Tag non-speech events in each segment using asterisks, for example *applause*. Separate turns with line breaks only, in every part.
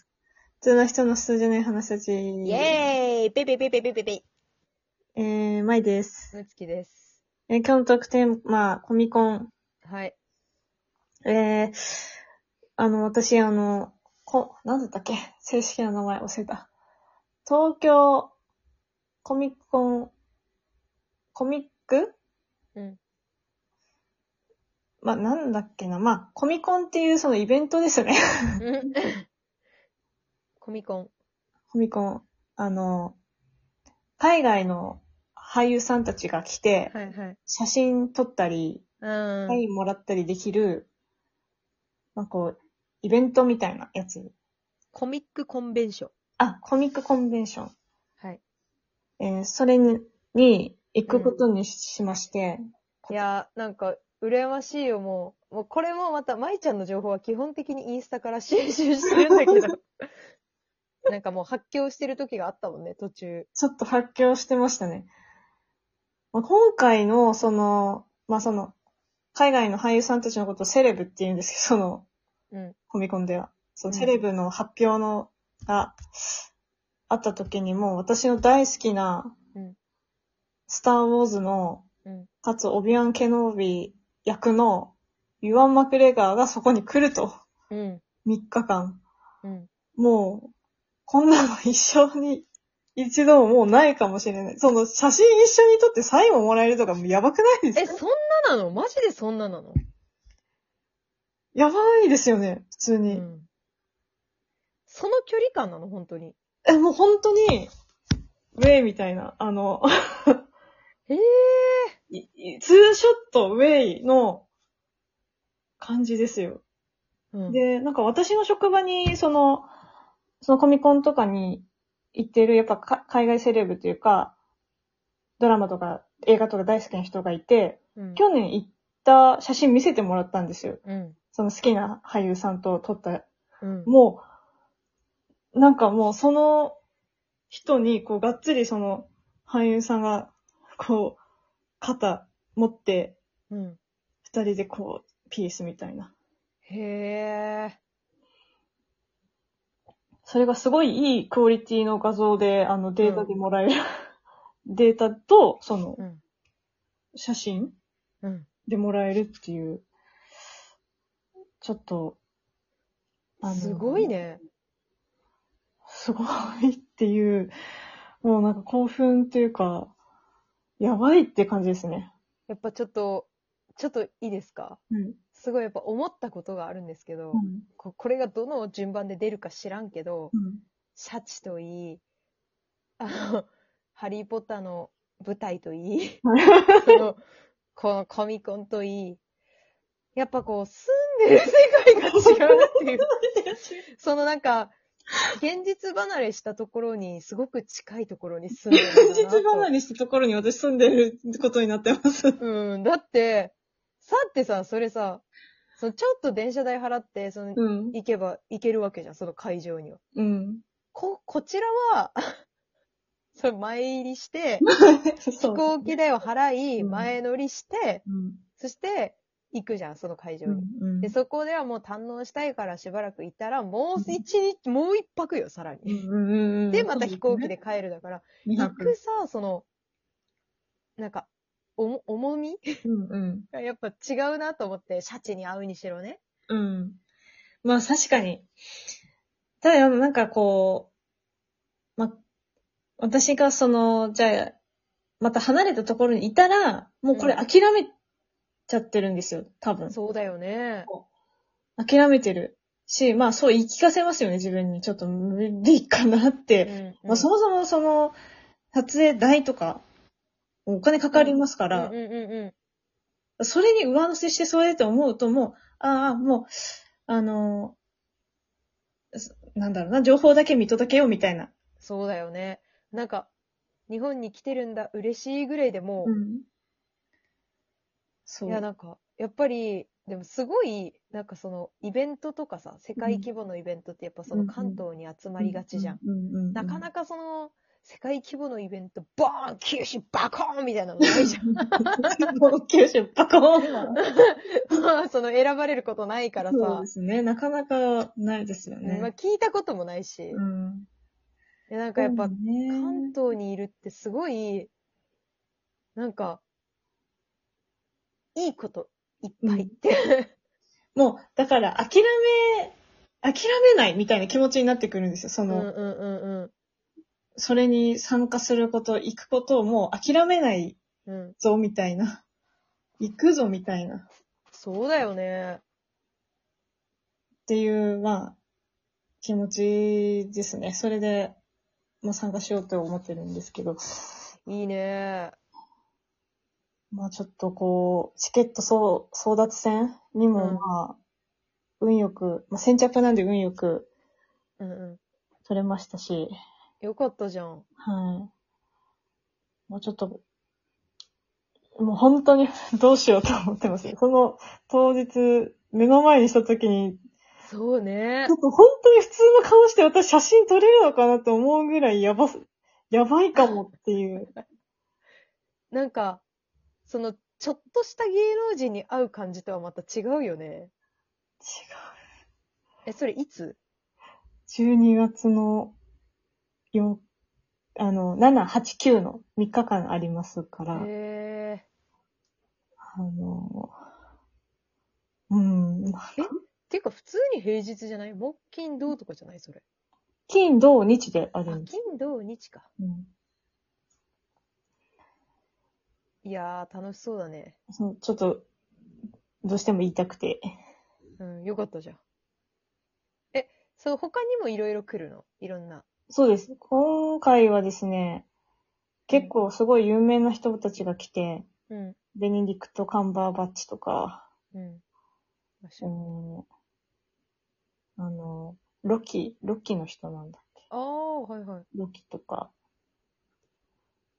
普通の人の普通じゃない話たち。
イェーイペペペペペペペ
えー、まいです。
むつきです。
えー今日のトークテーマ、コミコン。
はい。
えー、あの、私、あの、こ、なんだったっけ正式な名前忘れた。東京、コミコン、コミック
うん。
まあ、なんだっけな。まあ、コミコンっていうそのイベントですね。
*laughs*
*laughs*
コミコン。
コミコン。あの、海外の俳優さんたちが来て、
はいはい。
写真撮ったり、
うん。
サインもらったりできる、まあ、こう、イベントみたいなやつ。
コミックコンベンション。
あ、コミックコンベンション。
はい。
えーそれにに行くことにしまして、
いやー、なんか、羨ましいよ、もう。もうこれもまた、舞ちゃんの情報は基本的にインスタから収集してるんだけ *laughs* ど。なんかもう発狂してる時があったもんね、途中。
ちょっと発狂してましたね。まあ、今回の、その、まあ、その、海外の俳優さんたちのことをセレブって言うんですけど、その、
うん。
コミコンでは。そう、
うん
セレブの発表の、が、あった時にもう、私の大好きな
うん、
スターウォーズの、
うん。
かつ、オビアン・ケノービー役の、ユアン・マクレガーがそこに来ると、
うん。
3日間。
うん。
もう、こんなの一生に、一度ももうないかもしれない。その、写真一緒に撮ってサインをもらえるとか、もうやばくないです
え、そんななのマジでそんななの
やばいですよね、普通
う
に。
ん。その距離感なの本当に。
え、もう本当に、ウェイみたいな、あの、
えー。
いいツーショットウェイの感じですよ。
うん。
で、なんか私の職場に、その、そのコミコンとかに行ってる、やっぱか海外セレブというか、ドラマとか映画とか大好きな人がいて、
うん
去年行った写真見せてもらったんですよ。
うん。
その好きな俳優さんと撮った。
うん。
もう、なんかもうその人に、こう、がっつりその俳優さんが、こう、肩持って、
うん。
二人でこう、ピースみたいな。
へえ。
それがすごいいいクオリティの画像で、あの、データでもらえる、データと、その
う、ん。
写真
うん。
でもらえるっていう、ちょっと、あの
すごい。ね。
すごいっていう、もうなんか興奮というか、やばいって感じですね。
やっぱちょっと、ちょっといいですか
うん。
すごいやっぱ思ったことがあるんですけど、
うん。
ここれがどの順番で出るか知らんけど、
うん
シャチといい、あの、ハリーポッターの舞台とい
*laughs*
い、その、このコミコンといい、やっぱこう住んでる世界が違うって
*laughs*
いう。そのなんか、現実離れしたところに、すごく近いところに住んでるんだな
現
と。
実離れしたところに私住んでることになってます。
うん、だって、さってさ、それさ、そのちょっと電車代払って、その、
うん。
行けば行けるわけじゃん、その会場には。
うん。
こ、こちらは、 *laughs* その前入りして、
飛
飛行機代を払い、
うん
前乗りして、
うん。
そして、行くじゃん、その会場
う
に。
ん。
で、そこではもう堪能したいからしばらく行ったら、もう一日、もう一泊よ、さら
う
に。
んうんうんうん。
で、また飛行機で帰るだから、
二
行
泊
くさ、その、なんか、おも、重み
うんうん。
がやっぱ違うなと思って、シャチに会うにしろね。
うん。まあ確かに。ただ、なんかこう、ま、私がその、じゃあ、また離れたところにいたら、もうこれ
うん
諦めちゃってるんですよ、多分。
そうだよね。
諦めてる。し、まあそう言い聞かせますよね、自分に。ちょっと無理かなっ
う
て。
ん
まあそもそもその、撮影代とか、お金かかりますから、
うんうんうんうん。
それに上乗せしてそれと思うと、もう、ああ、もう、あのーすなんだろうな、情報だけ見届けようみたいな。
そうだよね。なんか、日本に来てるんだ、嬉しいぐらいでも、
ん。そうう。
いやなんか、やっぱり、でもすごい、なんかその、イベントとかさ、世界規模のイベントってやっぱそ
うん
の
うん
関東に集まりがちじゃん。
うんうんうん、
なかな
か。
かその、世界規模のイベント、ボーン九州バコーンみたいなのないじゃん。 *laughs*
もう九州バコーンなの
まあその選ばれることないからさ。
そうですね。なかなかないですよ
まあ
ね。
聞いたこともないし。
うん。
でなんかやっぱ、
そう
関
ね、
東にいるってすごい、なんか、いいこといっぱいって、
もう、だから、諦め、諦めないみたいな気持ちになってくるんですよ。そ
うん
の、
うんうん
それに参加すること、行くことをもう諦めない
うん。うん。
ぞ、みたい
*laughs*
な。行くぞ、みたいな。っ
そうだよね。
ていう、まあ、気持ちですね。それで、まあ参加しようと思ってるんですけど、
いいね。
まあちょっとこう、チケット争争奪戦にも、
うん
まあ、運よく、まあ先着なんで運よく
うんう
取れましたし、
ん。よかったじゃん。
はい。もうちょっと、もう本当に *laughs* どうしようと思ってます。その当日、目の前にした時に、
そうね *laughs*
ちょ。っと本当に普通の顔して私写真撮れるのかなと思うぐらいやばす、やばいかもっていう。
なんか、その、ちょっとした芸能人に会う感じとはまた違うよね。え、それいつ
違う。12月の4、あの、7、8、9の3日間ありますから、
へえ。
あの、うん、
ていうか普通に平日じゃない木金土とかじゃないそれ。
金、土、日であ
あ、
るん
金
です。
土日か。
うん
いやー、楽しそうだね。
そう、ちょっと、どうしても言いたくて。
うん、よかったじゃん。え、そう、他にもいろいろ来るのいろんな。
そうです。今回はですね、結構すごい有名な人たちが来て、
うん。
ベネディクト・カンバーバッチとか、
うん。よし
うーんあの、ロキ、ロキの人なんだっけ。
ああ、はいはい。
ロキとか。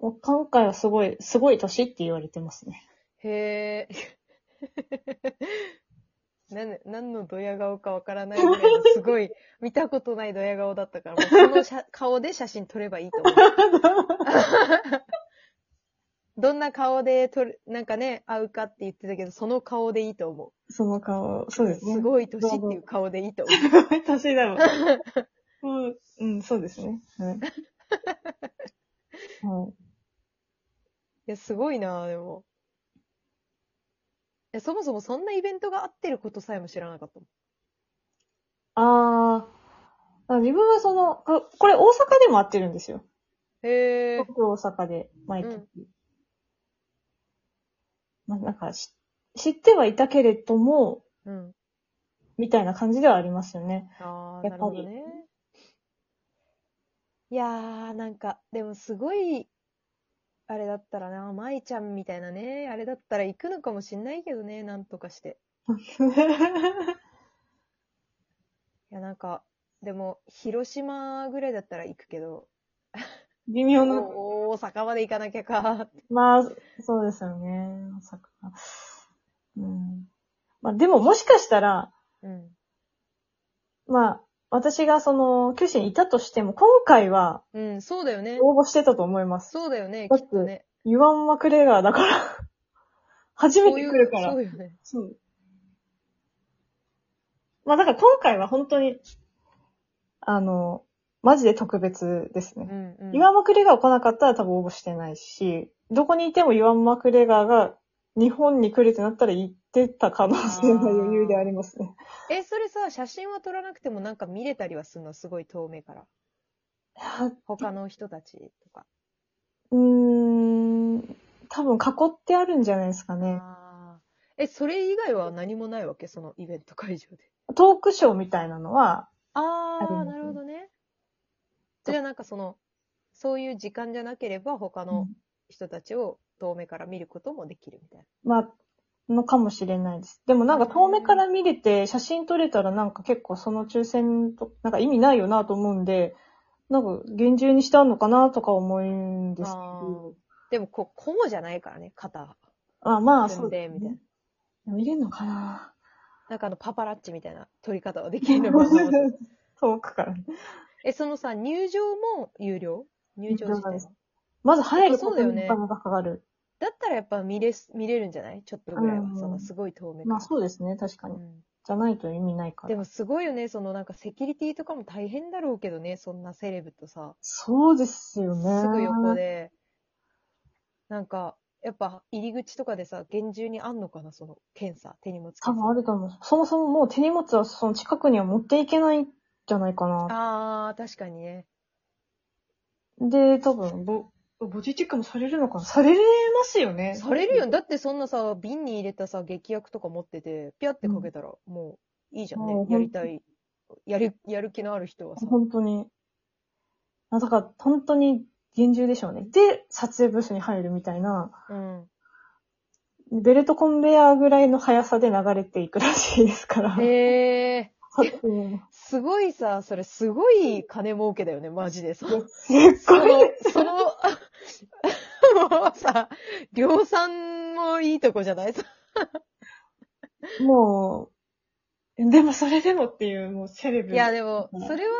もう今回はすごい、すごい年って言われてますね。 *laughs*
へえ。 *laughs* なん何のドヤ顔かわからないぐらいのすごい、 *laughs* 見たことないドヤ顔だったから、もうその写 *laughs* 顔で写真撮ればいいと思う。 *laughs* どんな顔で撮る、なんかね、会うかって言ってたけど、その顔でいいと思
その顔、そう
う。
ですね。
すごい年っていう顔でいいと思う。
すごい年だわ。も *laughs* う、うん、そうですね。はい。はい
いや、すごいなぁ、でも。いや、そもそもそんなイベントがあってることさえも知らなかったもん。
あーあ、自分はその、あこれ大阪でも会ってるんですよ。
へえ。
僕大阪で、毎年。
うん
まあ、なんかし、知ってはいたけれども、
うん。
みたいな感じではありますよね。
ああ、
や
な
っ
る
ぱ
ほ
り
どね。いやー、なんか、でもすごい、あれだったらな、舞ちゃんみたいなね、あれだったら行くのかもしんないけどね、なんとかして。いや、なんか、でも、広島ぐらいだったら行くけど、
*laughs* 微妙な。
お大阪まで行かなきゃか。
まあ、そうですよね。大阪。うん。まあ、でももしかしたら、
うん。
まあ、私がその、九州にいたとしても、今回は
うん、そうだよね。
応募してたと思います。
そうだよね、
だっ
き
て
っとね。
言わんまクレガーだから。初め
そう
て
いう、
来るから。
そうよね。
そう。まあだから今回は本当に、あの、マジで特別です
う
ね。
ん、うん。
イワンマクレガー来なかったら多分応募してないし、どこにいてもイワンマクレガーが日本に来るってなったら行ってた可能性は余裕でありますね。
え、それさ、写真は撮らなくてもなんか見れたりはするのすごい遠目から。他の人たちとか。
うーん、多分囲ってあるんじゃないですかね。
あーえ、それ以外は何もないわけそのイベント会場で。
トークショーみたいなのは、
あ
ありま
あ、
す
なるほどね。じゃあなんかその、そういう時間じゃなければ他
う
の
ん
人たちを遠目から見ることもできるみたい
まあ、のかもしれないです。でもなんか遠目から見れて写真撮れたらなんか結構その抽選と、なんか意味ないよなと思うんで、なんか厳重にしてあんのかなとか思うんです
な。
け
あ
ど
ー。でもこう、コモじゃないからね、肩。
あまあ、
組ん
そう
で
です
みたい
ね
な。。
見れるのかな
なんかあの、パパラッチみたいな撮り方 *laughs* はできるのかな
*laughs* 遠くから。
え、そのさ、入場も有料入場自
そうで
体
す
も。
まず入る
そ
こと
うだよ
に
ね
お金がかかる。
だったらやっぱ見れす、見れるんじゃないちょっとぐらいは。
うん
そのすごい透明感。
まあそうですね、確かに。
うん
じゃないと意味ないから。
でもすごいよね、そのなんかセキュリティとかも大変だろうけどね、そんなセレブとさ、
そうですよね。
すぐ横。で、なんか、やっぱ入り口とかでさ、厳重にあんのかな、その検査、手荷物
多
検
分あ
査。
ると思う。そもそももう手荷物はその近くには持っていけないんじゃないかな。
あー、確かにね。
で、多分、ぼ、ボディチェックもされるのかなされますよね。
されるよね。だってそんなさ、瓶に入れたさ、劇薬とか持ってて、ピャってかけたら、もういいじゃん
もう
ね。
ほん
やりたい。やる、やる気のある人はさ。
本当に。あだから、本当に厳重でしょうね。で、撮影ブースに入るみたいな、
うん。
ベルトコンベヤーぐらいの速さで流れていくらしいですから。
へえ。
撮影
すごいさ、それすごい金儲けだよね、マ
*laughs*
ジで。その、
す
そ
っごい。
の、その、 *laughs* もうさ、量産もいいとこじゃないさ。
もう、でもそれでもっていう、もうセレブ。
いや、でも
うん、
それは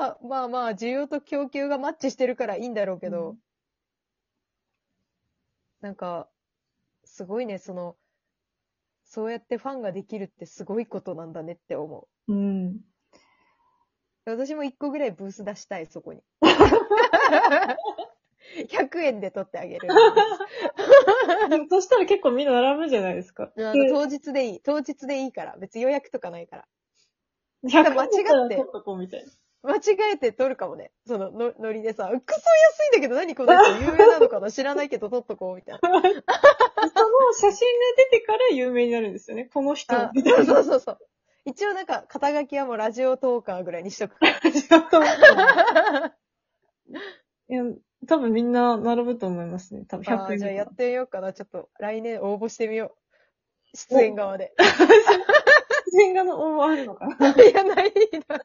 さ、まあまあ、需要と供給がマッチしてるからいいんだろうけど、
うん
なんか、すごいね、その、そうやってファンができるってすごいことなんだねって思
うん。
う。私も一個ぐらいブース出したい、
*laughs*
そこに。100円で取ってあげる。
そしたら結構みんな並ぶじゃないですか。
なんか当日でいい。当日でいいから。別に予約とかないから。
100
間違って
取っとこうみたいな。
間違えて取るかもね。その、の、ノリでさ、うっくそ安いんだけど何この人有名なのかな知らないけど取っとこう、みたいな。
その写真が出てから有名になるんですよね。この人
あ
みたい
*laughs* そうそうそうそう。一応なんか、肩書きはもうラジオトーカーぐらいにしとく。
な感じだと思
*laughs*
う。いや、多分みんな並ぶと思いますね。多分
あ
100
ー
円
じゃあや
で。
ってみようかな。ちょっと、来年応募してみよう。出演側で。 *laughs*
写真がの応募あるのかな
いや、ないな。